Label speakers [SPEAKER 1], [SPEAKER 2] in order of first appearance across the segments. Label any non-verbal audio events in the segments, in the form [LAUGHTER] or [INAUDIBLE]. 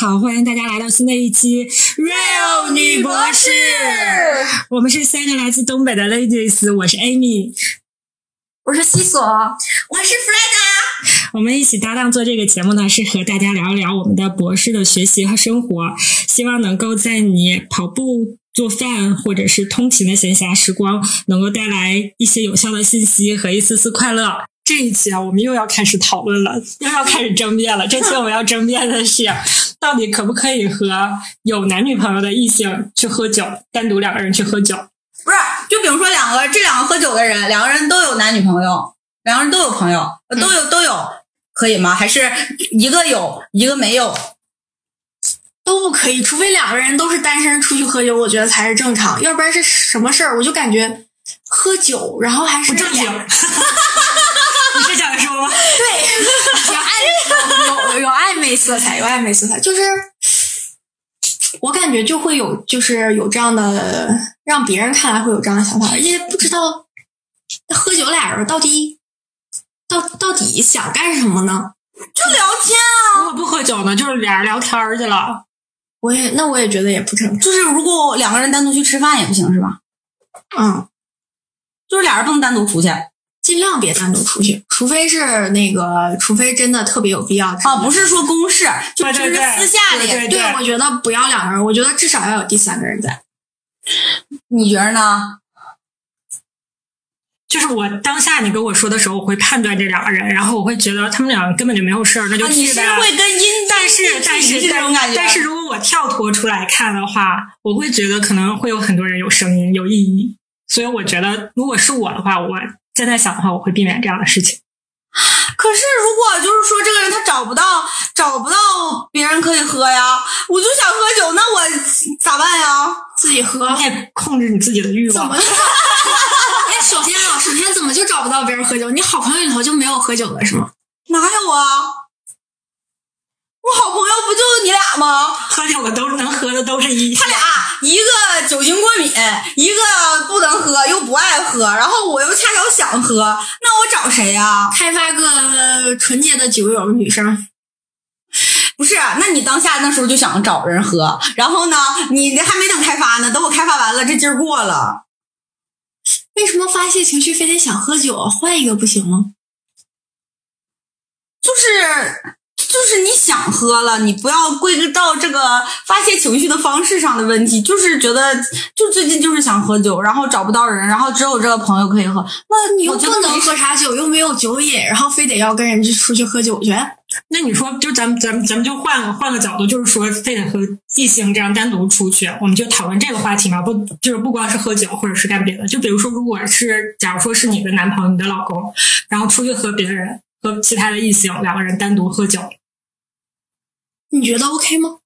[SPEAKER 1] 好，欢迎大家来到新的一期 Real 女博士。我们是三个来自东北的 ladies，我是 Amy，
[SPEAKER 2] 我是西索，我是 Freda。
[SPEAKER 1] 我们一起搭档做这个节目呢，是和大家聊一聊我们的博士的学习和生活，希望能够在你跑步、做饭或者是通勤的闲暇时光，能够带来一些有效的信息和一丝丝快乐。这一期啊，我们又要开始讨论了，又要开始争辩了。这期我们要争辩的是，到底可不可以和有男女朋友的异性去喝酒，单独两个人去喝酒？
[SPEAKER 2] 不是，就比如说两个这两个喝酒的人，两个人都有男女朋友，两个人都有朋友，呃都有、都有，可以吗？还是一个有一个没有？
[SPEAKER 3] 都不可以，除非两个人都是单身出去喝酒，我觉得才是正常，要不然是什么事儿？我就感觉喝酒，然后还是
[SPEAKER 1] 不正经，
[SPEAKER 3] 俩人
[SPEAKER 1] 你是想说吗？
[SPEAKER 3] 有有有暧昧色彩，有暧昧色彩，就是我感觉就会有，就是有这样的，让别人看来会有这样的想法，而且不知道喝酒俩人到底到到底想干什么呢？
[SPEAKER 2] 就聊天，
[SPEAKER 1] 如果不喝酒呢，就是俩人聊天儿去了。
[SPEAKER 3] 我也那我也觉得也不正常，
[SPEAKER 2] 就是如果两个人单独去吃饭也不行，是吧？
[SPEAKER 3] 嗯，
[SPEAKER 2] 就是俩人不能单独出去哦
[SPEAKER 3] 尽量别单独出去，除非是那个，除非真的特别有必要
[SPEAKER 2] 啊，不
[SPEAKER 3] 是。
[SPEAKER 2] 是说公事，就
[SPEAKER 1] 对
[SPEAKER 2] 就
[SPEAKER 1] 对
[SPEAKER 2] 是
[SPEAKER 1] 对
[SPEAKER 2] 私下里。
[SPEAKER 1] 对
[SPEAKER 3] 对，我觉得不要两个人，我觉得至少要有第三个人在。
[SPEAKER 2] 你觉得呢？
[SPEAKER 1] 就是我当下你跟我说的时候，我会判断这两个人，然后我会觉得他们俩根本就没有事儿，那就
[SPEAKER 2] 啊
[SPEAKER 1] 去
[SPEAKER 2] 你是
[SPEAKER 1] 呗。
[SPEAKER 2] 会跟阴，
[SPEAKER 1] 但是但是
[SPEAKER 2] 这种感
[SPEAKER 1] 但
[SPEAKER 2] 觉，
[SPEAKER 1] 但是如果我跳脱出来看的话，我会觉得可能会有很多人有声音有异议，所以我觉得如果是我的话，我现在想的话，我会避免这样的事情。
[SPEAKER 2] 可是，如果就是说这个人他找不到找不到别人可以喝呀，我就想喝酒，那我咋办呀？
[SPEAKER 3] 自己喝
[SPEAKER 1] 你也控制你自己的欲
[SPEAKER 3] 怎么
[SPEAKER 1] 望，
[SPEAKER 3] 了？ [LAUGHS] 哎，首先啊，首先怎么就找不到别人喝酒？你好朋友里头就没有喝酒的是吗？
[SPEAKER 2] 哪有啊？我好朋友不就你俩吗？
[SPEAKER 1] 喝酒的都是能喝的都是
[SPEAKER 2] [LAUGHS]
[SPEAKER 1] 一，
[SPEAKER 2] 他俩一个酒精过敏，一个不能喝又不爱喝，然后我又恰巧想喝，那我找谁呀、
[SPEAKER 3] 开发个纯洁的酒友女生，
[SPEAKER 2] 不是，那你当下那时候就想找人喝，然后呢，你还没等开发呢，等我开发完了，这劲儿过了。
[SPEAKER 3] 为什么发泄情绪非得想喝酒？啊换一个不行吗？
[SPEAKER 2] 就是就是你想喝了，你不要归根到这个发泄情绪的方式上的问题，就是觉得就最近就是想喝酒，然后找不到人，然后只有这个朋友可以喝，那
[SPEAKER 3] 你
[SPEAKER 2] 你
[SPEAKER 3] 又不能喝啥酒，又没有酒瘾，然后非得要跟人家出去喝酒去？
[SPEAKER 1] 那你说，就咱们咱们咱们就换个换个角度，就是说，非得和异性这样单独出去，我们就讨论这个话题嘛。不，就是不光是喝酒，或者是干别的。就比如说，如果是假如说是你的男朋友、你的老公，然后出去和别人、和其他的异性两个人单独喝酒，
[SPEAKER 3] 你觉得 OK 吗？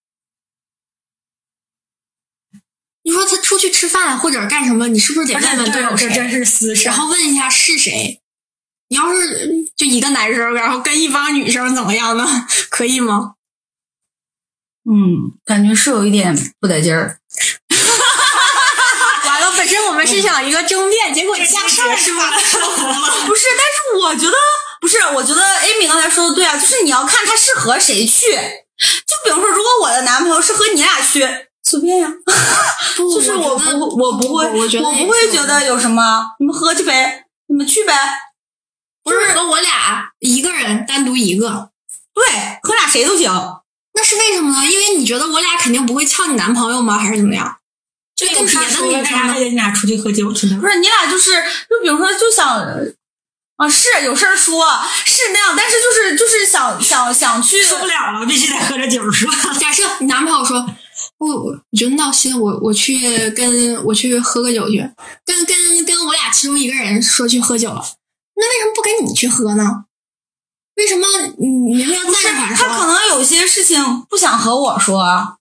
[SPEAKER 3] 你说他出去吃饭或者干什么，你是不是得问问队友
[SPEAKER 1] 这真是
[SPEAKER 3] 谁，
[SPEAKER 1] 私事
[SPEAKER 3] 然。后问一下是谁？你要是嗯就一个男生，然后跟一帮女生怎么样呢？可以吗？
[SPEAKER 2] 嗯，感觉是有一点不得劲儿。 [LAUGHS]
[SPEAKER 3] 完了，本身我们是想一个争辩，结果一下事儿是吧？
[SPEAKER 1] [LAUGHS]
[SPEAKER 2] 不是，但是我觉得不是，我觉得 Amy 刚才说的对啊，就是你要看他是和谁去。就比如说，如果我的男朋友是和你俩去，随便呀、
[SPEAKER 3] 不
[SPEAKER 2] 就是我
[SPEAKER 3] 觉得
[SPEAKER 2] 不我不会，
[SPEAKER 3] 我觉得
[SPEAKER 2] 我
[SPEAKER 3] 也
[SPEAKER 2] 不会
[SPEAKER 3] 是
[SPEAKER 2] 觉得有什么，你们喝去呗，你们去呗，
[SPEAKER 3] 不是和我俩一个人单独一个，
[SPEAKER 2] 对，喝俩谁都行。
[SPEAKER 3] 那是为什么呢？因为你觉得我俩肯定不会撬你男朋友吗？还是怎么样？就跟别的
[SPEAKER 1] 为
[SPEAKER 3] 女生
[SPEAKER 1] 啥
[SPEAKER 3] 呢
[SPEAKER 1] 非？得你俩出去喝酒去呢
[SPEAKER 2] 不？是你俩就是，就比如说就想，啊是有事儿说，是那样，但是就是就是想想想去，
[SPEAKER 1] 受不了了，必须得喝着酒说。
[SPEAKER 3] 假设你男朋友说，我我觉得闹心，我我去跟我去喝个酒去，跟跟跟我俩其中一个人说去喝酒了，那为什么不跟你去喝呢？为什么你明明要
[SPEAKER 2] 不是
[SPEAKER 3] 站着
[SPEAKER 2] 他可
[SPEAKER 3] 说？
[SPEAKER 2] 能有些事情不想和我说，
[SPEAKER 1] [LAUGHS]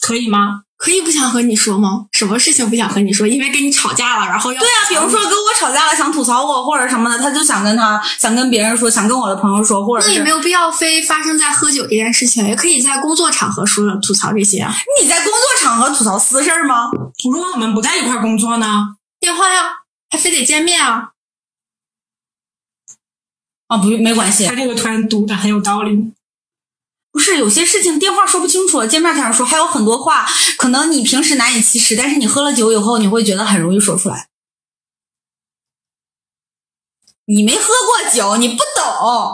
[SPEAKER 1] 可以吗？
[SPEAKER 3] 可以不想和你说吗？什么事情不想和你说？因为跟你吵架了，然后要
[SPEAKER 2] 对啊，比如说跟我吵架了，想吐槽我或者什么的，他就想跟他想跟别人说，想跟我的朋友说，或者
[SPEAKER 3] 那也
[SPEAKER 2] 是
[SPEAKER 3] 没有必要非发生在喝酒这件事情，也可以在工作场合说吐槽这些啊，
[SPEAKER 2] 你在工作场合吐槽私事儿吗？
[SPEAKER 1] 如果我们不在一块儿工作呢？
[SPEAKER 3] 电话呀、还非得见面啊？
[SPEAKER 2] 啊，不，没关系
[SPEAKER 1] 他，这个突然堵的很有道理。
[SPEAKER 2] 不是有些事情电话说不清楚，见面才能说，还有很多话可能你平时难以启齿，但是你喝了酒以后，你会觉得很容易说出来。你没喝过酒，你不懂。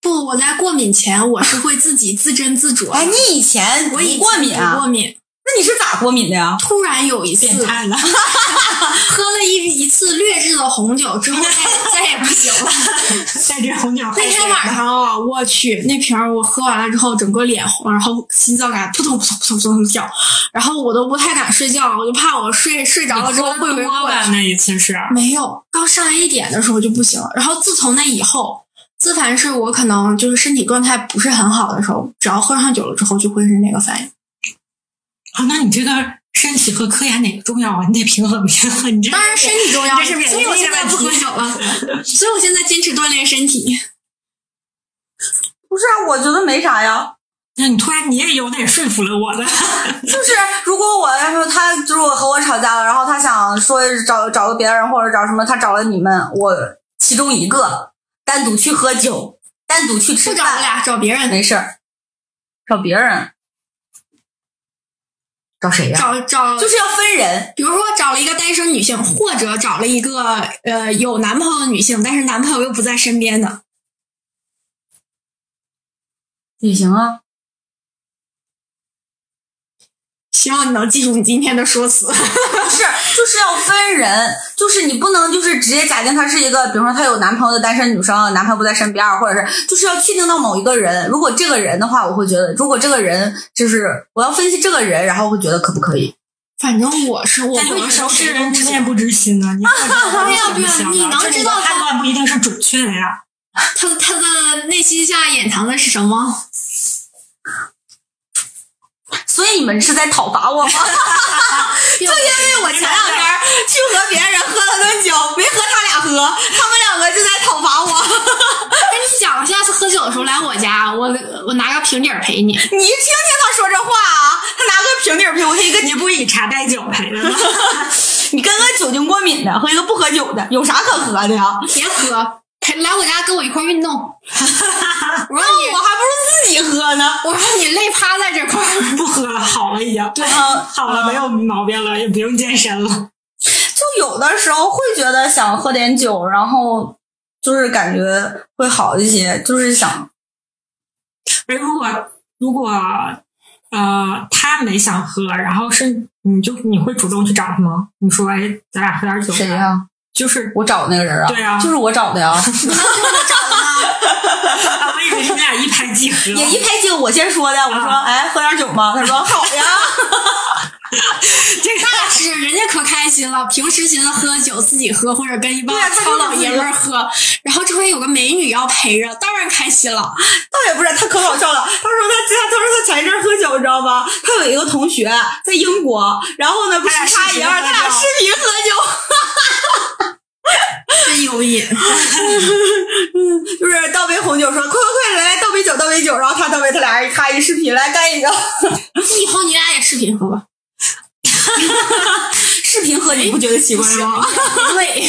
[SPEAKER 3] 不，我在过敏前我是会自己自斟自酌的。
[SPEAKER 2] 哎，你以前
[SPEAKER 3] 我以
[SPEAKER 2] 不过敏
[SPEAKER 3] 前不
[SPEAKER 2] 啊？
[SPEAKER 3] 过敏，
[SPEAKER 2] 那你是咋过敏的呀？
[SPEAKER 3] 突然有一次
[SPEAKER 1] 变态了，
[SPEAKER 3] 喝了一一次劣质的红酒之后，再再也不行了。
[SPEAKER 1] [LAUGHS] 带着红鸟。
[SPEAKER 3] 那天晚上啊，我去，那瓶儿我喝完了之后，整个脸红，然后心脏感扑通扑通扑通扑通跳，然后我都不太敢睡觉，我就怕我睡睡着了之后会不会
[SPEAKER 1] 多
[SPEAKER 3] 过
[SPEAKER 1] 吧？
[SPEAKER 3] 去。
[SPEAKER 1] 那一次是
[SPEAKER 3] 没有，到上来一点的时候就不行了。然后自从那以后，自凡是我可能就是身体状态不是很好的时候，只要喝上酒了之后，就会是那个反应。
[SPEAKER 1] 啊，那你这个身体和科研哪个重要啊？你得平衡平衡。你这
[SPEAKER 3] 当然身体重要，
[SPEAKER 1] 这是免
[SPEAKER 3] 所以
[SPEAKER 1] 疫
[SPEAKER 3] 我
[SPEAKER 1] 性
[SPEAKER 3] 现在
[SPEAKER 1] 问
[SPEAKER 3] 不喝
[SPEAKER 1] 题。
[SPEAKER 3] 酒了，所以我现在坚持锻炼身体。
[SPEAKER 2] 不是啊，我觉得没啥呀。
[SPEAKER 1] 那你突然你也有点说服了我了。
[SPEAKER 2] 就是如果我要是他，就是我和我吵架了，然后他想说找找个别人或者找什么，他找了你们，我其中一个单独去喝酒，单独去
[SPEAKER 3] 不
[SPEAKER 2] 吃
[SPEAKER 3] 找我
[SPEAKER 2] 饭，
[SPEAKER 3] 俩，找别人，
[SPEAKER 2] 没事儿，找别人，找谁呀、
[SPEAKER 3] 找找
[SPEAKER 2] 就是要分人，
[SPEAKER 3] 比如说找了一个单身女性，或者找了一个呃有男朋友的女性，但是男朋友又不在身边的，
[SPEAKER 2] 也行啊。
[SPEAKER 3] 希望你能记住你今天的说辞。 [LAUGHS]
[SPEAKER 2] 不是，就是要分人，就是你不能就是直接假定她是一个，比如说她有男朋友的单身女生，男朋友不在身边，或者是就是要确定到某一个人。如果这个人的话，我会觉得，如果这个人就是我要分析这个人，然后会觉得可不可以？
[SPEAKER 3] 反正我是，我
[SPEAKER 1] 但有
[SPEAKER 3] 会
[SPEAKER 1] 的
[SPEAKER 3] 觉
[SPEAKER 1] 时
[SPEAKER 3] 得
[SPEAKER 1] 候
[SPEAKER 3] 谁
[SPEAKER 1] 是
[SPEAKER 3] 都
[SPEAKER 1] 人
[SPEAKER 3] 不
[SPEAKER 1] 知
[SPEAKER 3] 知
[SPEAKER 1] 面
[SPEAKER 3] 道
[SPEAKER 1] 不知心呢。你
[SPEAKER 3] 对呀
[SPEAKER 1] 对
[SPEAKER 3] 对呀啊你能知道他
[SPEAKER 1] 判断不一定是准确的呀。
[SPEAKER 3] 他他的内心下隐藏的是什么？
[SPEAKER 2] 所以你们是在讨伐我吗？ [LAUGHS]
[SPEAKER 3] 就因为
[SPEAKER 2] 我前两
[SPEAKER 3] [LAUGHS]
[SPEAKER 2] 天去和别人喝了顿酒，没和他俩喝，他们两个就在讨伐我。
[SPEAKER 3] 那你想，下次喝酒的时候来我家，我我拿个瓶底儿陪
[SPEAKER 2] 你
[SPEAKER 3] 你。
[SPEAKER 2] 一听听他说这话啊，他拿个瓶底儿陪我，他一 [LAUGHS] 个
[SPEAKER 1] 你不以茶代酒陪着吗？
[SPEAKER 2] 你跟个酒精过敏的和一个不喝酒的有啥可喝的呀？
[SPEAKER 3] 别喝，陪来我家跟我一块儿运动。我让
[SPEAKER 2] 我
[SPEAKER 3] 你，
[SPEAKER 2] 还不如自己喝呢。
[SPEAKER 3] 我让你累趴在这块儿。
[SPEAKER 1] [LAUGHS] 不喝了，好了已经。对
[SPEAKER 2] 嗯
[SPEAKER 1] 好了，没有毛病了，也不用健身了。
[SPEAKER 2] 就有的时候会觉得想喝点酒，然后就是感觉会好一些，就是想
[SPEAKER 1] 而如果如果呃他没想喝，然后是你就你会主动去找他吗？你说哎，咱俩喝点酒吧。
[SPEAKER 2] 呀、
[SPEAKER 1] 就是
[SPEAKER 2] 我找那个人啊，
[SPEAKER 1] 对啊
[SPEAKER 2] 就是我找的 [LAUGHS] 呀、
[SPEAKER 1] 啊，我以为是你俩一拍即合。
[SPEAKER 2] 也一拍即合。我先说的，我说、
[SPEAKER 1] 啊
[SPEAKER 2] 哎，喝点酒吗？ [LAUGHS] 他说好呀。
[SPEAKER 1] 这个
[SPEAKER 3] 那是人家可开心了，平时寻思喝酒自己喝，或者跟一帮
[SPEAKER 2] 对啊他就是
[SPEAKER 3] 糙老爷们儿喝，然后这回有个美女要陪着，当然开心了。
[SPEAKER 2] 倒也不是，他可好笑了。他说他他他说他前一阵喝酒，你知道吗？他有一个同学在英国，然后呢不是
[SPEAKER 1] 他俩
[SPEAKER 2] 他
[SPEAKER 1] 视
[SPEAKER 2] 一
[SPEAKER 1] 频
[SPEAKER 2] 样，
[SPEAKER 1] 喝
[SPEAKER 2] 哎他俩
[SPEAKER 1] 酒
[SPEAKER 2] 视频喝酒。
[SPEAKER 3] 真有瘾，
[SPEAKER 1] 哎
[SPEAKER 2] 就是倒杯红酒说，快快快，来来倒杯酒，倒杯酒，然后他倒杯，他俩人咔一视频，来干一个
[SPEAKER 3] [LAUGHS] 以后你俩也视频喝吧。
[SPEAKER 2] 视频喝，你不觉得奇怪吗？
[SPEAKER 3] 对，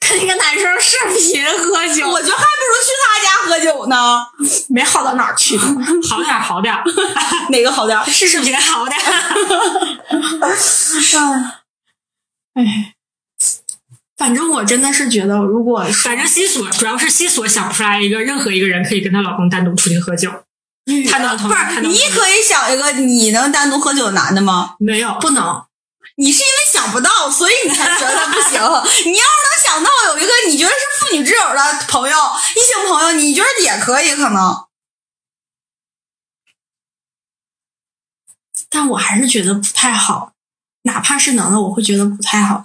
[SPEAKER 3] [LAUGHS] 跟一个男生视频喝
[SPEAKER 2] [LAUGHS]
[SPEAKER 3] 酒，
[SPEAKER 2] 我觉得还不如去他家喝酒呢，
[SPEAKER 3] 没好到哪儿 [LAUGHS] 去。
[SPEAKER 1] 好点儿好点儿，
[SPEAKER 2] 哪个好点儿？
[SPEAKER 1] 视频好点儿。
[SPEAKER 3] 啊哎，反正我真的是觉得，如果说
[SPEAKER 1] 反正西索主要是西索想不出来一个任何一个人可以跟她老公单独出去喝酒，
[SPEAKER 3] 女
[SPEAKER 1] 她能同
[SPEAKER 2] 不是，你可以想一个你能单独喝酒的男的吗？
[SPEAKER 1] 没有
[SPEAKER 3] 不能，
[SPEAKER 2] 你是因为想不到，所以你才觉得不行。你要是能想到有一个你觉得是妇女之友的朋友，异性朋友，你觉得也可以可能。
[SPEAKER 3] 但我还是觉得不太好，哪怕是能的，我会觉得不太好，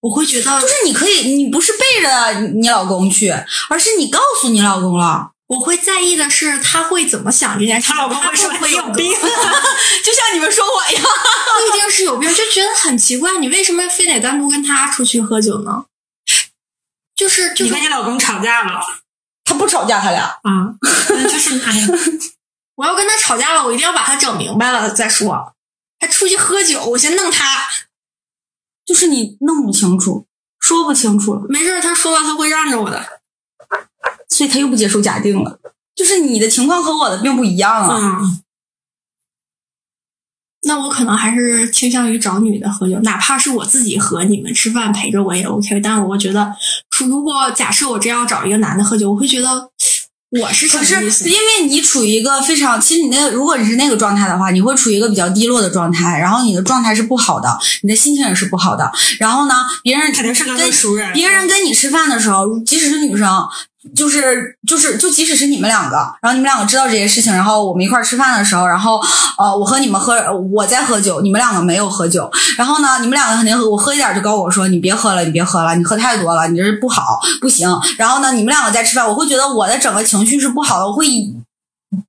[SPEAKER 3] 我会觉得
[SPEAKER 2] 就是你可以，你不是背着你老公去，而是你告诉你老公了。
[SPEAKER 3] 我会在意的是他会怎么想这件事
[SPEAKER 1] 她
[SPEAKER 3] 情，
[SPEAKER 1] 老公
[SPEAKER 3] 他
[SPEAKER 1] 会说哎
[SPEAKER 3] 不
[SPEAKER 1] 你
[SPEAKER 3] 会
[SPEAKER 1] 有病，
[SPEAKER 2] 就像你们说我一样，
[SPEAKER 3] 不一定是有病，就觉得很奇怪，你为什么非得单独跟他出去喝酒呢？就是就
[SPEAKER 1] 你
[SPEAKER 3] 是
[SPEAKER 1] 跟，你老公吵架了
[SPEAKER 2] 他不吵架，他俩
[SPEAKER 1] 啊？就是哎呀，
[SPEAKER 3] 我要跟他吵架了，我一定要把他整明白了再说。他出去喝酒，我先弄他，
[SPEAKER 2] 就是你弄不清楚，说不清楚了，
[SPEAKER 3] 没事儿，他说了他会让着我的。
[SPEAKER 2] 所以他又不接受假定了。就是你的情况和我的并不一样啊。
[SPEAKER 1] 嗯，
[SPEAKER 3] 那我可能还是倾向于找女的喝酒，哪怕是我自己和你们吃饭陪着我也 OK。但我觉得，如果假设我真要找一个男的喝酒，我会觉得我是
[SPEAKER 2] 可
[SPEAKER 3] 什么意
[SPEAKER 2] 是
[SPEAKER 3] 思？
[SPEAKER 2] 因为你处于一个非常，其实你那个，如果你是那个状态的话，你会处于一个比较低落的状态，然后你的状态是不好的，你的心情也是不好的。然后呢，别人
[SPEAKER 1] 肯定是个
[SPEAKER 2] 跟
[SPEAKER 1] 很熟人，
[SPEAKER 2] 别人跟你吃饭的时候，即使是女生，就是就是就即使是你们两个，然后你们两个知道这些事情，然后我们一块儿吃饭的时候，然后呃，我和你们喝，我在喝酒，你们两个没有喝酒，然后呢，你们两个肯定喝我喝一点就跟我说你别喝了，你别喝了，你喝太多了，你这是不好，不行。然后呢，你们两个在吃饭，我会觉得我的整个情绪是不好的，我会以。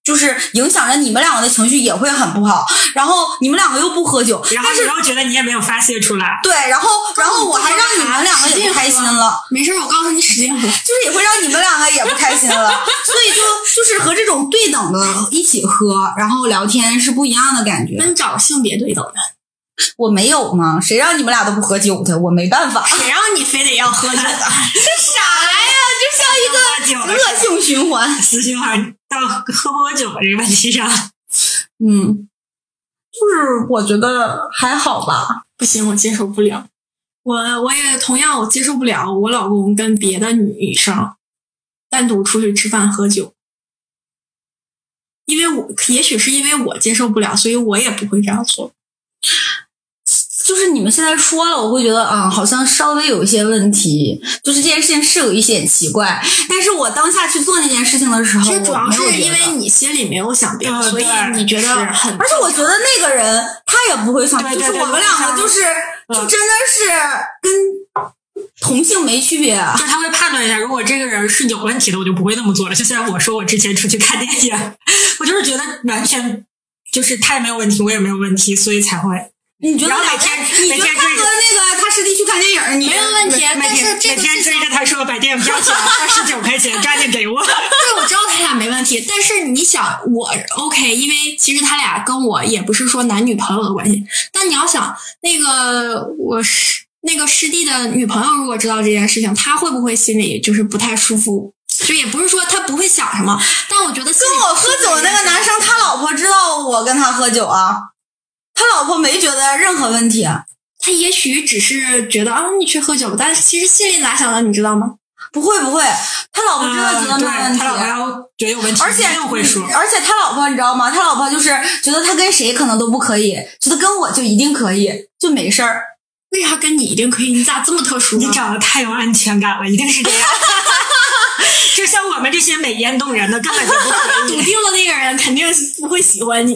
[SPEAKER 2] 就是影响着你们两个的情绪也会很不好，然后你们两个又不喝酒，
[SPEAKER 1] 然后你又觉得你也没有发泄出来，
[SPEAKER 2] 对，然后然后我还让你们两个也不开心了，
[SPEAKER 3] 没事儿，我告诉你使劲喝。
[SPEAKER 2] 就是也会让你们两个也不开心了， [LAUGHS] 所以就就是和这种对等的一起喝，然后聊天是不一样的感觉
[SPEAKER 3] 那。你找性别对等的，
[SPEAKER 2] 我没有吗？谁让你们俩都不喝酒的？我没办法。
[SPEAKER 3] 谁让你非得要喝酒的？
[SPEAKER 2] 啥呀？
[SPEAKER 1] 喝酒
[SPEAKER 2] 就像
[SPEAKER 1] 的
[SPEAKER 2] 恶性循环。
[SPEAKER 1] 死循环到喝不喝酒的这个问题上，
[SPEAKER 2] 嗯，就是我觉得还好吧。
[SPEAKER 3] [LAUGHS] 不行，我接受不了。我我也同样，我接受不了我老公跟别的女生单独出去吃饭喝酒，因为我也许是因为我接受不了，所以我也不会这样做。
[SPEAKER 2] 就是你们现在说了，我会觉得啊，好像稍微有一些问题，就是这件事情是有一些奇怪。但是我当下去做那件事情的时候，
[SPEAKER 3] 其实主要是
[SPEAKER 2] 我没有觉
[SPEAKER 3] 因
[SPEAKER 2] 得
[SPEAKER 3] 为你心里没有想别的，
[SPEAKER 1] 嗯
[SPEAKER 3] 所以
[SPEAKER 1] 对
[SPEAKER 3] 你觉得
[SPEAKER 1] 是
[SPEAKER 3] 很
[SPEAKER 2] 而且我觉得那个人他也不会想，
[SPEAKER 1] 对对
[SPEAKER 2] 就是
[SPEAKER 1] 对
[SPEAKER 2] 我们两个就是
[SPEAKER 1] 嗯
[SPEAKER 2] 就真的是跟同性没区别。啊
[SPEAKER 1] 就是他会判断一下，如果这个人是有问题的，我就不会那么做了。就像我说，我之前出去看电影， [LAUGHS] 我就是觉得完全就是他也没有问题，我也没有问题，所以才会
[SPEAKER 2] 你觉得
[SPEAKER 1] 嗯然后
[SPEAKER 2] 两
[SPEAKER 1] 每
[SPEAKER 2] 个
[SPEAKER 1] 天
[SPEAKER 2] 人？你
[SPEAKER 1] 每
[SPEAKER 2] 觉得
[SPEAKER 1] 天
[SPEAKER 2] 看
[SPEAKER 1] 追着
[SPEAKER 2] 和那个他师弟去看电影，你
[SPEAKER 3] 没有问题。
[SPEAKER 1] 每
[SPEAKER 3] 但是
[SPEAKER 1] 天
[SPEAKER 3] 这
[SPEAKER 1] 每
[SPEAKER 3] 个
[SPEAKER 1] 天
[SPEAKER 3] 事
[SPEAKER 1] 追
[SPEAKER 3] 情
[SPEAKER 1] 着他说把电影票钱二十九块钱赶紧给我。
[SPEAKER 3] 对，我知道他俩没问题，但是你想，我 OK，因为其实他俩跟我也不是说男女朋友的关系，但你要想那个我师那个师弟的女朋友如果知道这件事情，他会不会心里就是不太舒服？就也不是说他不会想什么，但我觉得跟
[SPEAKER 2] 跟我喝酒的那个男生，他老婆知道我跟他喝酒啊，他老婆没觉得任何问题啊。
[SPEAKER 3] 他也许只是觉得啊你去喝酒吧，但是其实心里哪想的，你知道吗？
[SPEAKER 2] 不会不会，他老婆知道觉得
[SPEAKER 1] 嗯
[SPEAKER 2] 没啊问
[SPEAKER 1] 对
[SPEAKER 2] 题。
[SPEAKER 1] 他老婆觉得有问题，
[SPEAKER 2] 而且嗯
[SPEAKER 1] 一定会说。
[SPEAKER 2] 而且他老婆你知道吗？他老婆就是觉得他跟谁可能都不可以，觉得跟我就一定可以，就没事儿。
[SPEAKER 3] 为啥跟你一定可以？你咋这么特殊
[SPEAKER 1] 你
[SPEAKER 3] 呢？
[SPEAKER 1] 长得太有安全感了，一定是这样。 [LAUGHS] 就像我们这些美颜动人的，根本就 [LAUGHS] 不可
[SPEAKER 3] 笃
[SPEAKER 1] 以。
[SPEAKER 3] 定了那个人 [LAUGHS] 肯定是不会喜欢你。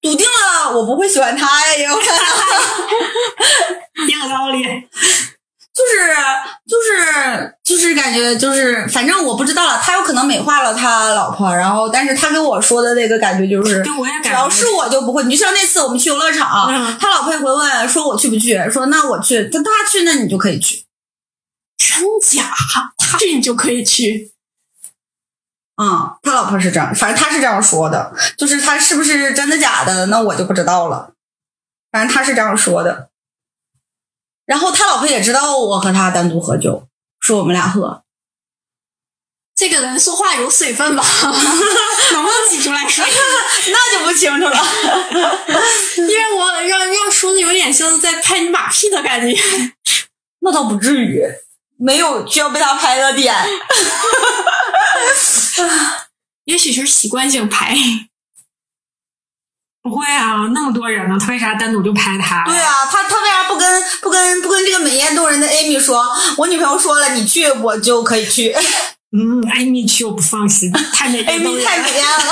[SPEAKER 2] 笃定了，我不会喜欢他呀，也有可能。
[SPEAKER 1] 有道理。
[SPEAKER 2] [LAUGHS] 就是就是就是感觉就是，反正我不知道了。他有可能美化了他老婆，然后但是他跟我说的那个感觉就是，
[SPEAKER 1] 对，我也
[SPEAKER 2] 只
[SPEAKER 1] 感
[SPEAKER 2] 要
[SPEAKER 1] 觉
[SPEAKER 2] 是我就不会。你就像那次我们去游乐场，
[SPEAKER 1] 嗯
[SPEAKER 2] 他老婆也会问说我去不去，说那我去，他他去那你就可以去
[SPEAKER 3] 真假？ [LAUGHS] 他这你就可以去。
[SPEAKER 2] 啊、他老婆是这样，反正他是这样说的，就是他是不是真的假的，那我就不知道了。反正他是这样说的。然后他老婆也知道我和他单独喝酒，说我们俩喝。
[SPEAKER 3] 这个人说话有水分吧？ [LAUGHS] 能不能挤 [LAUGHS] 出来说？
[SPEAKER 2] 那就不清楚了。
[SPEAKER 3] [LAUGHS] 因为我让让说的有点像是在拍你马屁的感觉。
[SPEAKER 2] 那倒不至于，没有需要被他拍的 [LAUGHS] 点。
[SPEAKER 3] 也许是习惯性拍，
[SPEAKER 1] 不会啊，那么多人呢，他为啥单独就拍他？
[SPEAKER 2] 对啊，他他为啥不跟不跟不跟这个美艳动人的 Amy 说？我女朋友说了，你去我就可以去。
[SPEAKER 1] 嗯，艾米去我不放心，哎太美颜动
[SPEAKER 2] [LAUGHS] Amy
[SPEAKER 1] 人
[SPEAKER 2] 太美
[SPEAKER 1] 了。
[SPEAKER 2] 艳了，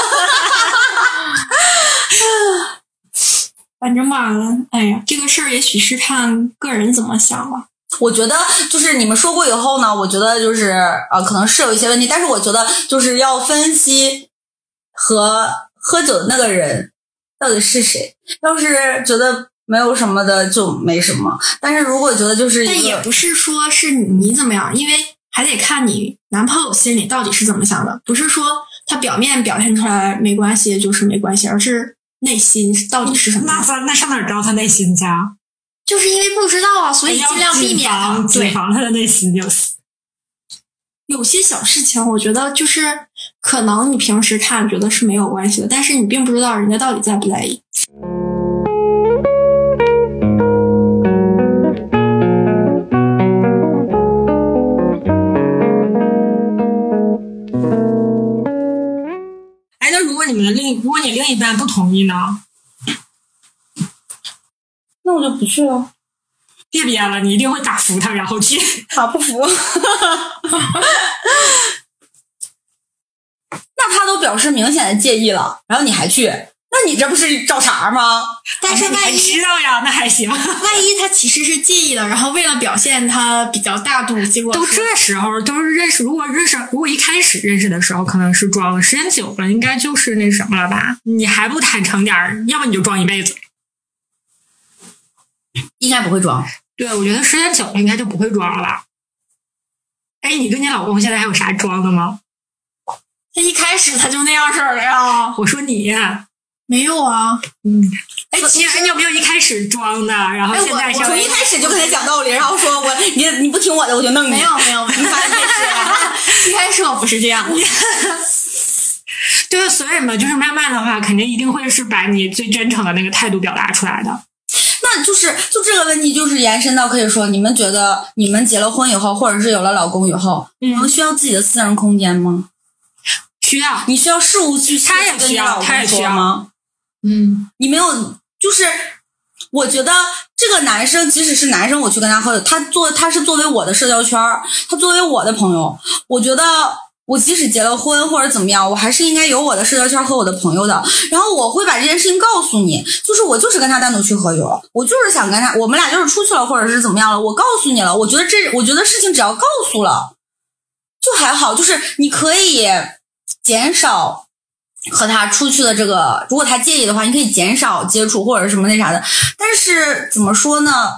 [SPEAKER 3] 反正吧，哎呀，这个事儿也许是看个人怎么想吧。
[SPEAKER 2] 我觉得就是你们说过以后呢，我觉得就是呃，可能是有一些问题，但是我觉得就是要分析和喝酒的那个人到底是谁。要是觉得没有什么的就没什么，但是如果觉得就是一
[SPEAKER 3] 但
[SPEAKER 2] 个
[SPEAKER 3] 也不是说是你怎么样，因为还得看你男朋友心里到底是怎么想的，不是说他表面表现出来没关系就是没关系，而是内心到底是什么
[SPEAKER 1] 那
[SPEAKER 3] 样。
[SPEAKER 1] 咱那哎上哪儿找他内心去啊？
[SPEAKER 3] 就是因为不知道啊，所以尽量避免
[SPEAKER 1] 要
[SPEAKER 3] 啊。
[SPEAKER 1] 谨防
[SPEAKER 3] 对
[SPEAKER 1] 谨，防他的内心就是。
[SPEAKER 3] 有些小事情，我觉得就是可能你平时看觉得是没有关系的，但是你并不知道人家到底在不在意。
[SPEAKER 1] 哎，那如果你们的另，如果你另一半不同意呢？
[SPEAKER 2] 那我就不去了。
[SPEAKER 1] 别憋了，你一定会打服他，然后去。
[SPEAKER 2] 打不服。 [LAUGHS] 那他都表示明显的介意了，然后你还去，那你这不是找茬吗？哎
[SPEAKER 3] 但是
[SPEAKER 1] 你 [LAUGHS] 还
[SPEAKER 3] 万一
[SPEAKER 1] 知道呀，那还行。
[SPEAKER 3] 万一他其实是介意的，然后为了表现他比较大度，结果
[SPEAKER 1] 都这时候都是认识，如果认识，如果一开始认识的时候可能是装的，时间久了应该就是那什么了吧？你还不坦诚点儿，要么你就装一辈子。
[SPEAKER 2] 应该不会装。
[SPEAKER 1] 对，我觉得时间久了应该就不会装了吧。哎，你跟你老公现在还有啥装的吗？
[SPEAKER 3] 他一开始他就那样式儿了哎呀？
[SPEAKER 1] 啊我说你，
[SPEAKER 3] 没有啊，
[SPEAKER 1] 嗯，哎，你你有没有一开始装的，然后
[SPEAKER 2] 哎，
[SPEAKER 1] 现
[SPEAKER 2] 我
[SPEAKER 1] 在
[SPEAKER 2] 我
[SPEAKER 1] 稍
[SPEAKER 2] 从
[SPEAKER 1] 微
[SPEAKER 2] 一开始就跟他讲道理，然后说我你你不听我的，我就弄你。
[SPEAKER 3] 没有没有没有，
[SPEAKER 2] 啊
[SPEAKER 1] [LAUGHS]
[SPEAKER 3] 一开始我不是这样的。
[SPEAKER 1] 对，所以嘛，就是慢慢的话，肯定一定会是把你最真诚的那个态度表达出来的。
[SPEAKER 2] 那就是就这个问题，就是延伸到可以说，你们觉得你们结了婚以后，或者是有了老公以后，
[SPEAKER 1] 嗯
[SPEAKER 2] 你们需要自己的私人空间吗？
[SPEAKER 1] 需要，
[SPEAKER 2] 你需要事无巨细
[SPEAKER 1] 他也
[SPEAKER 2] 地跟
[SPEAKER 1] 需
[SPEAKER 2] 你
[SPEAKER 1] 要
[SPEAKER 2] 老
[SPEAKER 1] 他
[SPEAKER 2] 公
[SPEAKER 1] 也需
[SPEAKER 2] 说
[SPEAKER 1] 要
[SPEAKER 2] 吗？
[SPEAKER 1] 嗯，
[SPEAKER 2] 你没有，就是我觉得这个男生，即使是男生，我去跟他喝酒，他做他是作为我的社交圈儿，他作为我的朋友，我觉得。我即使结了婚或者怎么样，我还是应该有我的社交圈和我的朋友的。然后我会把这件事情告诉你，就是我就是跟他单独去喝酒，我就是想跟他，我们俩就是出去了或者是怎么样了，我告诉你了。我觉得这，我觉得事情只要告诉了，就还好，就是你可以减少和他出去的这个，如果他介意的话，你可以减少接触或者什么那啥的。但是怎么说呢？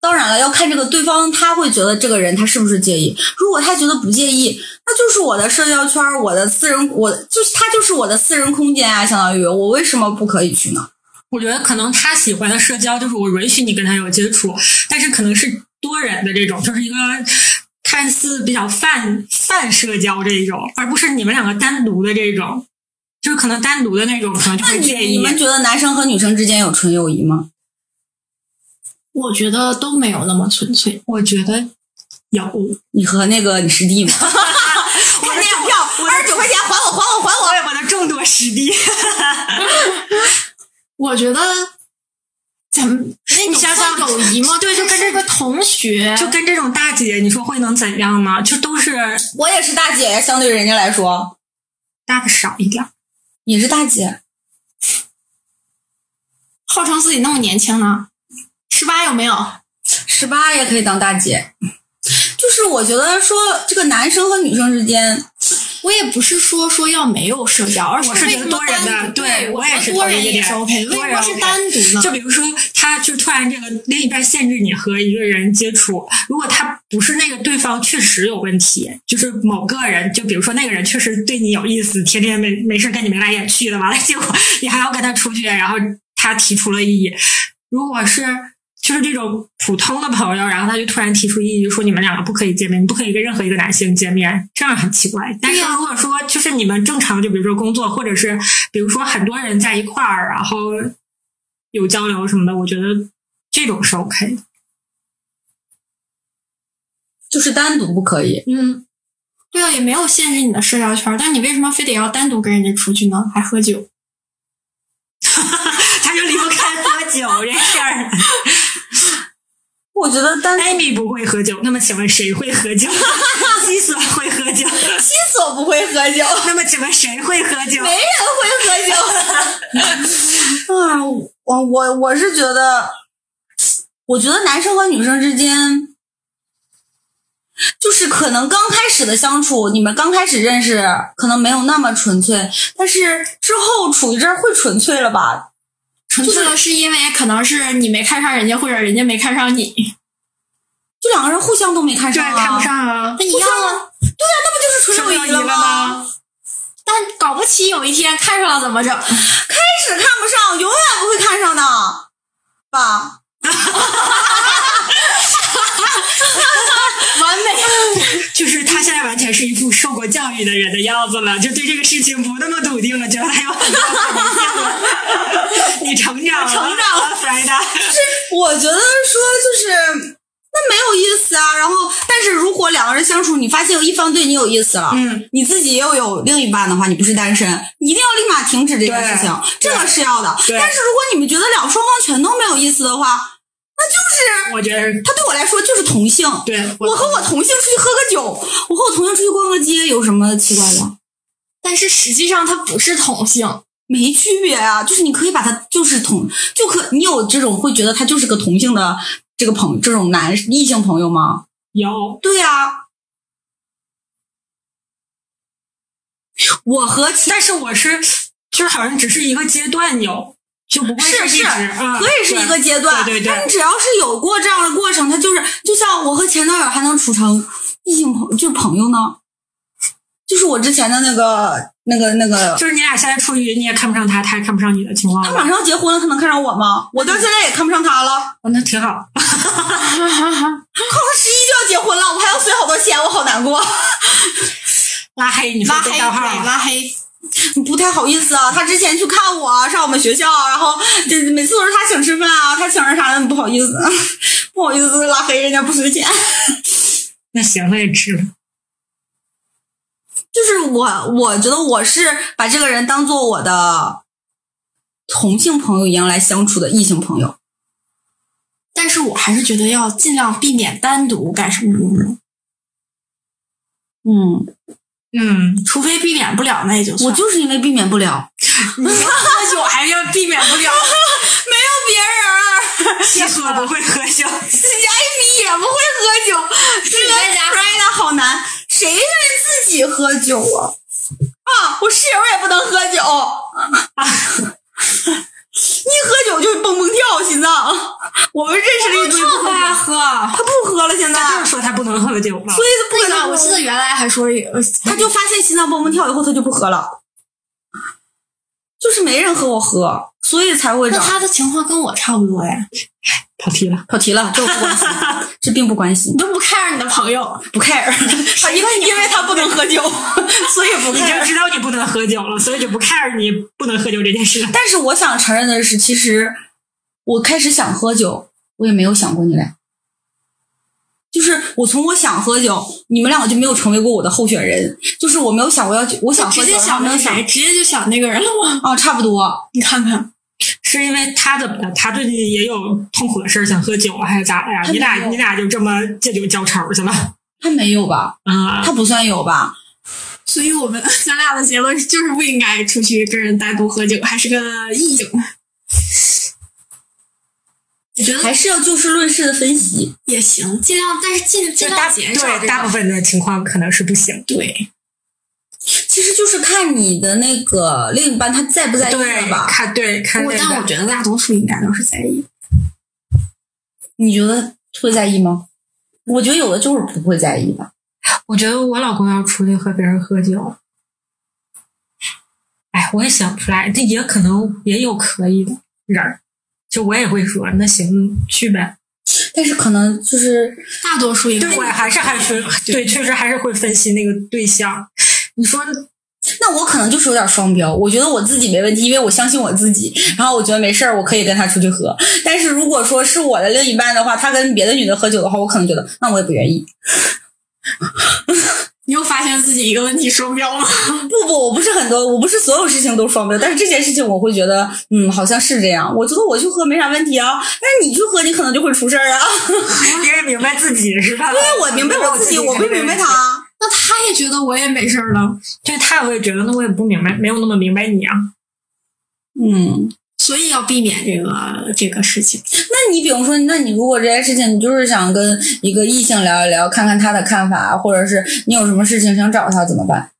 [SPEAKER 2] 当然了，要看这个对方他会觉得这个人他是不是介意。如果他觉得不介意，那就是我的社交圈，我的私人，我就是他就是我的私人空间啊，相当于我为什么不可以去呢？
[SPEAKER 1] 我觉得可能他喜欢的社交就是我允许你跟他有接触，但是可能是多人的这种，就是一个看似比较泛泛社交这一种，而不是你们两个单独的这种，就是可能单独的那种可能就
[SPEAKER 2] 那
[SPEAKER 1] 会
[SPEAKER 2] 你
[SPEAKER 1] 介
[SPEAKER 2] 你
[SPEAKER 1] 意。
[SPEAKER 2] 们觉得男生和女生之间有纯友谊吗？
[SPEAKER 3] 我觉得都没有那么纯粹。
[SPEAKER 1] 我觉得有，
[SPEAKER 2] 你和那个你师弟吗？ [LAUGHS]
[SPEAKER 1] [LAUGHS] 我
[SPEAKER 2] 看电影票二十九块钱还我还我还我！
[SPEAKER 1] 我有我的众多师弟，
[SPEAKER 3] 我觉得咱们
[SPEAKER 1] 哎你想想
[SPEAKER 3] 友谊吗？
[SPEAKER 1] [LAUGHS] 对就跟
[SPEAKER 3] 这个同
[SPEAKER 1] [LAUGHS]
[SPEAKER 3] 学，
[SPEAKER 1] 就跟这种大姐，你说会能怎样吗？就都是
[SPEAKER 2] 我也是大姐呀，相对人家来说
[SPEAKER 1] 大的少一点儿。
[SPEAKER 2] 也是大姐。
[SPEAKER 3] 号称自己那么年轻呢，十八有没有？
[SPEAKER 2] 十八也可以当大姐。就是我觉得说这个男生和女生之间，
[SPEAKER 3] 我也不是说说要没有社交，而
[SPEAKER 1] 我是
[SPEAKER 3] 为
[SPEAKER 1] 觉得
[SPEAKER 3] 什么
[SPEAKER 1] 多人
[SPEAKER 3] 单
[SPEAKER 1] 的，
[SPEAKER 3] 独
[SPEAKER 1] 对
[SPEAKER 3] 我
[SPEAKER 1] 我也是
[SPEAKER 3] 多
[SPEAKER 1] 同
[SPEAKER 3] 人
[SPEAKER 1] 意这
[SPEAKER 3] 也
[SPEAKER 1] 点
[SPEAKER 3] 是 OK，为
[SPEAKER 1] 多
[SPEAKER 3] 什
[SPEAKER 1] 人
[SPEAKER 3] 么是
[SPEAKER 1] OK
[SPEAKER 3] 单独
[SPEAKER 2] 嗯
[SPEAKER 3] 呢？
[SPEAKER 1] 就比如说，他就突然这个另一半限制你和一个人接触，如果他不是那个对方确实有问题，就是某个人，就比如说那个人确实对你有意思，天天没没事跟你眉来眼去的，完了结果你还要跟他出去，然后他提出了异议。如果是就是这种普通的朋友，然后他就突然提出异议，说你们两个不可以见面，你不可以跟任何一个男性见面，这样很奇怪。但是
[SPEAKER 3] 对呀
[SPEAKER 1] 如果说就是你们正常，就比如说工作，或者是比如说很多人在一块儿，然后有交流什么的，我觉得这种是 OK 的。
[SPEAKER 2] 就是单独不可以。
[SPEAKER 1] 嗯，
[SPEAKER 3] 对啊，也没有限制你的社交圈，但你为什么非得要单独跟人家出去呢？还喝酒？
[SPEAKER 1] 他就离不开喝酒这事 [LAUGHS] 儿。
[SPEAKER 2] 我觉得单
[SPEAKER 1] 艾米不会喝酒，那么请问谁会喝
[SPEAKER 2] [LAUGHS]
[SPEAKER 1] 酒？西索会喝酒，
[SPEAKER 2] 西索不会喝酒，
[SPEAKER 1] 那么请问谁会喝酒？
[SPEAKER 2] 没人
[SPEAKER 1] [LAUGHS]
[SPEAKER 2] 会喝酒。啊，我我我是觉得，我觉得男生和女生之间，就是可能刚开始的相处，你们刚开始认识，可能没有那么纯粹，但是之后处一阵儿会纯粹了吧？
[SPEAKER 3] 纯粹的是因为可能是你没看上人家，或者人家没看上你，
[SPEAKER 2] 就两个人互相都没看
[SPEAKER 1] 对，
[SPEAKER 2] 上啊，
[SPEAKER 1] 看不上啊。
[SPEAKER 3] 那一样啊。
[SPEAKER 2] 就是纯友谊
[SPEAKER 1] 了
[SPEAKER 2] 了吗？？
[SPEAKER 3] 但搞不齐有一天看上了怎么整？
[SPEAKER 2] 开始看不上，永远不会看上的，爸。
[SPEAKER 3] 完美。
[SPEAKER 1] 就是他现在完全是一副受过教育的人的样子了，就对这个事情不那么笃定了，觉得还有很多可能性了。 [LAUGHS] 你成长了，啊
[SPEAKER 2] 成长
[SPEAKER 1] 了，弗莱达。
[SPEAKER 2] 我觉得说就是那没有意思啊。然后，但是如果两个人相处，你发现有一方对你有意思了，
[SPEAKER 1] 嗯，
[SPEAKER 2] 你自己又有另一半的话，你不是单身，你一定要立马停止这件事情，这
[SPEAKER 1] 对
[SPEAKER 2] 个是要的。
[SPEAKER 1] 对
[SPEAKER 2] 但是如果你们觉得两双方全都没有意思的话，那就是
[SPEAKER 1] 我觉得是
[SPEAKER 2] 他对我来说就是同性。
[SPEAKER 1] 对，
[SPEAKER 2] 我和我同性出去喝个酒，我和我同性出去逛个街，有什么奇怪的？
[SPEAKER 3] 但是实际上它不是同性，
[SPEAKER 2] 没区别啊，就是你可以把他就是同就可你有这种会觉得他就是个同性的这个朋这种男异性朋友吗？
[SPEAKER 1] 有
[SPEAKER 2] 对啊，我和其
[SPEAKER 1] 但是我是，就是好像只是一个阶段有，就不会
[SPEAKER 2] 是
[SPEAKER 1] 一
[SPEAKER 2] 是
[SPEAKER 1] 直啊，
[SPEAKER 2] 可以是一个阶段，
[SPEAKER 1] 对对对
[SPEAKER 2] 但你只要是有过这样的过程，他就是就像我和前男友还能处成异性朋就是朋友呢，就是我之前的那个那个那个
[SPEAKER 1] 对，就是你俩现在处于你也看不上他，他也看不上你的情况
[SPEAKER 2] 他马
[SPEAKER 1] 了，
[SPEAKER 2] 上要结婚了，他能看上我吗？我到现在也看不上他了。
[SPEAKER 1] 哦那挺好。
[SPEAKER 2] 靠，他十一就要结婚了，我还要随好多钱，我好难过，
[SPEAKER 1] 拉黑你说
[SPEAKER 3] 拉
[SPEAKER 1] 这
[SPEAKER 3] 黑
[SPEAKER 1] 账号
[SPEAKER 3] 对
[SPEAKER 1] 了，
[SPEAKER 3] 拉黑，
[SPEAKER 2] [LAUGHS] 不太好意思啊。他之前去看我，上我们学校，啊然后这每次都是他请吃饭啊，他请人啥的，不好意思，啊 [LAUGHS] 不好意思拉黑人家不随钱。
[SPEAKER 1] 那行，那也值
[SPEAKER 3] [LAUGHS]
[SPEAKER 1] 了。
[SPEAKER 2] 就是我，我觉得我是把这个人当做我的同性朋友一样来相处的异性朋友。
[SPEAKER 3] 但是我还是觉得要尽量避免单独干什么什么什么，
[SPEAKER 2] 嗯，
[SPEAKER 1] 嗯，
[SPEAKER 3] 除非避免不了，那也就算
[SPEAKER 2] 我
[SPEAKER 3] 了。
[SPEAKER 2] 就是因为避免不了，
[SPEAKER 3] 喝酒
[SPEAKER 2] 哎
[SPEAKER 3] 还是要避
[SPEAKER 2] [LAUGHS]
[SPEAKER 3] 免不了，
[SPEAKER 2] 没有别人。
[SPEAKER 1] 别喝不会喝酒，
[SPEAKER 2] 艾米也不会喝酒，这个 Prada 好难，谁会自己喝酒啊？啊，我室友也不能喝酒， [LAUGHS] 一喝酒就蹦蹦跳，心脏。我们认识了一堆不
[SPEAKER 3] 不
[SPEAKER 2] 喝
[SPEAKER 3] 爱
[SPEAKER 2] 酒，
[SPEAKER 3] 喝。
[SPEAKER 2] 他不喝了，现在，
[SPEAKER 1] 就是说他不能喝酒嘛。
[SPEAKER 2] 所以他不
[SPEAKER 3] 对
[SPEAKER 2] 跟
[SPEAKER 3] 呢，
[SPEAKER 2] 他
[SPEAKER 3] 我记得原来还说有，
[SPEAKER 2] 他就发现心脏蹦蹦跳以后，他就不喝了，就是没人和我喝，所以才会这
[SPEAKER 3] 那
[SPEAKER 2] 样。
[SPEAKER 3] 他的情况跟我差不多呀。
[SPEAKER 1] 跑题了，
[SPEAKER 2] 跑题了，这我不关心，这并不关心
[SPEAKER 3] 你。都不看着你的朋友，
[SPEAKER 2] 不 care，他 [LAUGHS] 因为因为他不能喝酒，所以不
[SPEAKER 1] 你就
[SPEAKER 2] care。
[SPEAKER 1] 知道你不能喝酒了，所以就不 care 你不能喝酒这件事了。 [LAUGHS]
[SPEAKER 2] 但是我想承认的是，其实我开始想喝酒，我也没有想过你俩。就是我从我想喝酒，你们两个就没有成为过我的候选人。就是我没有想过要去，我想喝
[SPEAKER 3] 直
[SPEAKER 2] 酒，然后
[SPEAKER 3] 接想
[SPEAKER 2] 没有
[SPEAKER 3] 那
[SPEAKER 2] 想
[SPEAKER 3] 谁，直接就想那个人了吗？
[SPEAKER 2] 啊，差不多。
[SPEAKER 3] [LAUGHS] 你看看，
[SPEAKER 1] 是因为他怎么的？他最近也有痛苦的事儿，想喝酒啊，还是咋的呀？
[SPEAKER 2] 他没有
[SPEAKER 1] 你俩你俩就这么借酒浇愁去了
[SPEAKER 2] 他没有吧？
[SPEAKER 1] 啊？
[SPEAKER 2] 他不算有吧？
[SPEAKER 3] 所以我们 [LAUGHS] 咱俩的结论是就是不应该出去跟人单独喝酒，还是个异性。我觉得
[SPEAKER 2] 还是要就事论事的分析。
[SPEAKER 3] 也行，尽量，但是尽尽量减少这
[SPEAKER 1] 对，
[SPEAKER 3] 个
[SPEAKER 1] 大部分的情况可能是不行。
[SPEAKER 3] 对，
[SPEAKER 2] 其实就是看你的那个另一半他在不在意了
[SPEAKER 1] 对，
[SPEAKER 2] 吧？
[SPEAKER 1] 看对看
[SPEAKER 3] 我
[SPEAKER 1] 那
[SPEAKER 3] 但
[SPEAKER 1] 个
[SPEAKER 3] 我觉得大多数应该都是在意。
[SPEAKER 2] 你觉得会在意吗？我觉得有的就是不会在意吧。
[SPEAKER 1] 我觉得我老公要出去和别人喝酒，哎，我也想不出来，这也可能也有可以的人儿，就我也会说那行去呗。
[SPEAKER 2] 但是可能就是
[SPEAKER 3] 大多数应该
[SPEAKER 1] 对，我还是还是对，确实还是会分析那个对象。你说
[SPEAKER 2] 那我可能就是有点双标，我觉得我自己没问题，因为我相信我自己，然后我觉得没事儿，我可以跟他出去喝。但是如果说是我的另一半的话，他跟别的女的喝酒的话，我可能觉得那我也不愿意。
[SPEAKER 3] 你又发现自己一个问题双标了。
[SPEAKER 2] 不不，我不是很多，我不是所有事情都双标，但是这件事情我会觉得，嗯，好像是这样。我觉得我去喝没啥问题啊，但是你去喝，你可能就会出事儿啊。
[SPEAKER 1] 别人明白自己是吧？因
[SPEAKER 2] 因为啊我明白我自己，我不明白。他。
[SPEAKER 3] 那他也觉得我也没事儿了，
[SPEAKER 1] 对，他也会觉得那我也不明白，没有那么明白你啊。
[SPEAKER 2] 嗯，
[SPEAKER 3] 所以要避免这个这个事情。
[SPEAKER 2] 那你比如说，那你如果这件事情，你就是想跟一个异性聊一聊，看看他的看法，或者是你有什么事情想找他怎么办？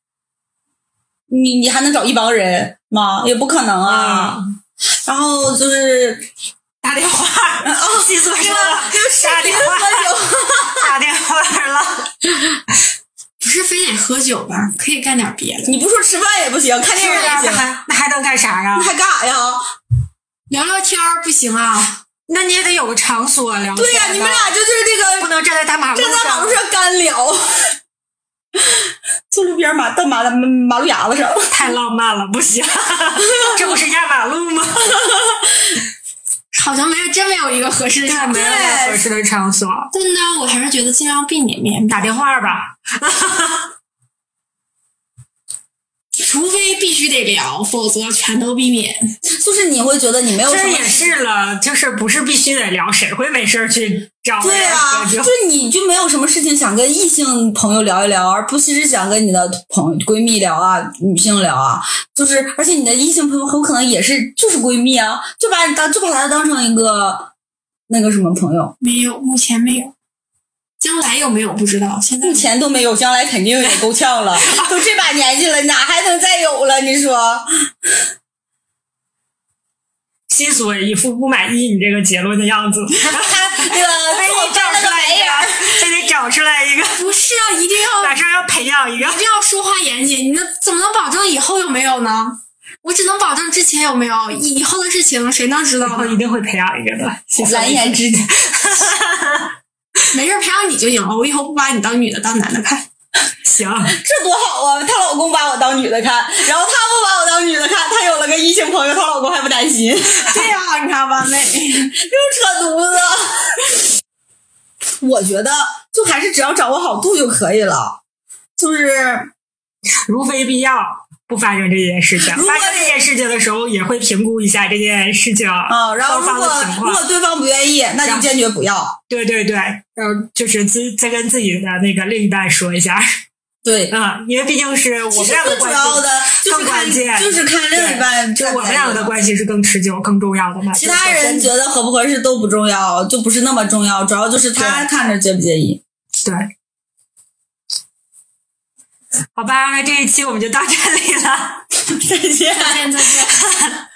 [SPEAKER 2] 你你还能找一帮人吗？也不可能啊。然后就是
[SPEAKER 1] 打电话，细说
[SPEAKER 2] 哎 [LAUGHS]
[SPEAKER 1] 说，打电话，
[SPEAKER 2] 喝酒，
[SPEAKER 1] 打电话了。
[SPEAKER 3] 不是非得喝酒吧，可以干点别的，
[SPEAKER 2] 你不说吃饭也不行，看电影也
[SPEAKER 1] 那
[SPEAKER 2] 不行，
[SPEAKER 1] 还那还能干啥呀
[SPEAKER 2] 那？还干啥呀？
[SPEAKER 3] 聊聊天儿不行啊？
[SPEAKER 1] 那你也得有个场所聊天啊。
[SPEAKER 2] 对呀、你们俩就就是这
[SPEAKER 1] 不
[SPEAKER 2] 个
[SPEAKER 1] 能站在大马路
[SPEAKER 2] 站在马路上干聊，坐路边儿马到马马马路牙子上。
[SPEAKER 1] 太浪漫了，不行， [LAUGHS] 这不是压马路吗？
[SPEAKER 3] 好像没有，真没有一个合适的场
[SPEAKER 1] 没
[SPEAKER 3] 合。
[SPEAKER 1] 有合适的场所，
[SPEAKER 3] 但呢，我还是觉得尽量避免面
[SPEAKER 1] 打电话吧。
[SPEAKER 3] 除非必须得聊，否则全都避免。
[SPEAKER 2] [LAUGHS] 就是你会觉得你没有什
[SPEAKER 1] 这
[SPEAKER 2] 么
[SPEAKER 1] 也是了，就是不是必须得聊，谁会没事儿去找
[SPEAKER 2] [LAUGHS] 对
[SPEAKER 1] 人
[SPEAKER 2] 啊，
[SPEAKER 1] 喝酒
[SPEAKER 2] 就？你就没有什么事情想跟异性朋友聊一聊，而不是是想跟你的朋友闺蜜聊啊、女性聊啊。就是，而且你的异性朋友很可能也是就是闺蜜啊，就把你当就把她当成一个那个什么朋友，
[SPEAKER 3] 没有，目前没有，将来有没有不知道。现在
[SPEAKER 2] 目前都没有，将来肯定也够呛了。都这把年纪了，哪还能再有了？你说？
[SPEAKER 1] 西索一副不满意你这个结论的样
[SPEAKER 2] [LAUGHS]
[SPEAKER 1] 子，
[SPEAKER 2] 那 [LAUGHS] 个做饭那个玩意儿，
[SPEAKER 1] 非得找出来一个，
[SPEAKER 3] 不是啊，一定要
[SPEAKER 1] 马上要培养一个 [LAUGHS]
[SPEAKER 3] 一。定要说话严谨。你那怎么能保证以后有没有呢？我只能保证之前有没有，以以后的事情谁能知道
[SPEAKER 1] 然后
[SPEAKER 3] 呢？
[SPEAKER 1] 一
[SPEAKER 2] [LAUGHS]
[SPEAKER 1] 定会培养一个的，西索
[SPEAKER 2] 蓝颜 [LAUGHS] 知己。
[SPEAKER 3] 没事儿培养你就行了。我以后不把你当女的当男的看。
[SPEAKER 1] 行，
[SPEAKER 2] 这多好啊！她老公把我当女的看，然后她不把我当女的看，她有了个异性朋友，她老公还不担 [LAUGHS] 心，又
[SPEAKER 3] 对呀、你
[SPEAKER 2] [LAUGHS]
[SPEAKER 3] 看完美。
[SPEAKER 2] 扯犊子。我觉得就还是只要掌握好度就可以了，就是
[SPEAKER 1] 如非必要。不发生这件事情，
[SPEAKER 2] 如果
[SPEAKER 1] 发生这件事情的时候也会评估一下这件事情
[SPEAKER 2] 啊、然
[SPEAKER 1] 双
[SPEAKER 2] 后如
[SPEAKER 1] 方
[SPEAKER 2] 果
[SPEAKER 1] 的情
[SPEAKER 2] 如
[SPEAKER 1] 况。
[SPEAKER 2] 果对方不愿意，那
[SPEAKER 1] 然
[SPEAKER 2] 就
[SPEAKER 1] 后
[SPEAKER 2] 坚决不要。
[SPEAKER 1] 对对对，呃，就是自再跟自己的那个另一半说一下，
[SPEAKER 2] 对，
[SPEAKER 1] 嗯，因为毕竟是我
[SPEAKER 2] 其
[SPEAKER 1] 们
[SPEAKER 2] 实
[SPEAKER 1] 俩
[SPEAKER 2] 最
[SPEAKER 1] 的
[SPEAKER 2] 主
[SPEAKER 1] 关
[SPEAKER 2] 要
[SPEAKER 1] 系，
[SPEAKER 2] 的就是
[SPEAKER 1] 更关
[SPEAKER 2] 看
[SPEAKER 1] 键
[SPEAKER 2] 就是看另一半
[SPEAKER 1] 就
[SPEAKER 2] 在不
[SPEAKER 1] 我们
[SPEAKER 2] 在
[SPEAKER 1] 两
[SPEAKER 2] 意
[SPEAKER 1] 个的
[SPEAKER 2] 了。
[SPEAKER 1] 关系是更持久、更重要的嘛。
[SPEAKER 2] 其他人觉得合不合适都不重要，就不是那么重要，主要就是他看着介不介意。
[SPEAKER 1] 对。好吧，那这一期我们就到这里了。
[SPEAKER 2] 再见。
[SPEAKER 3] 再见，再见。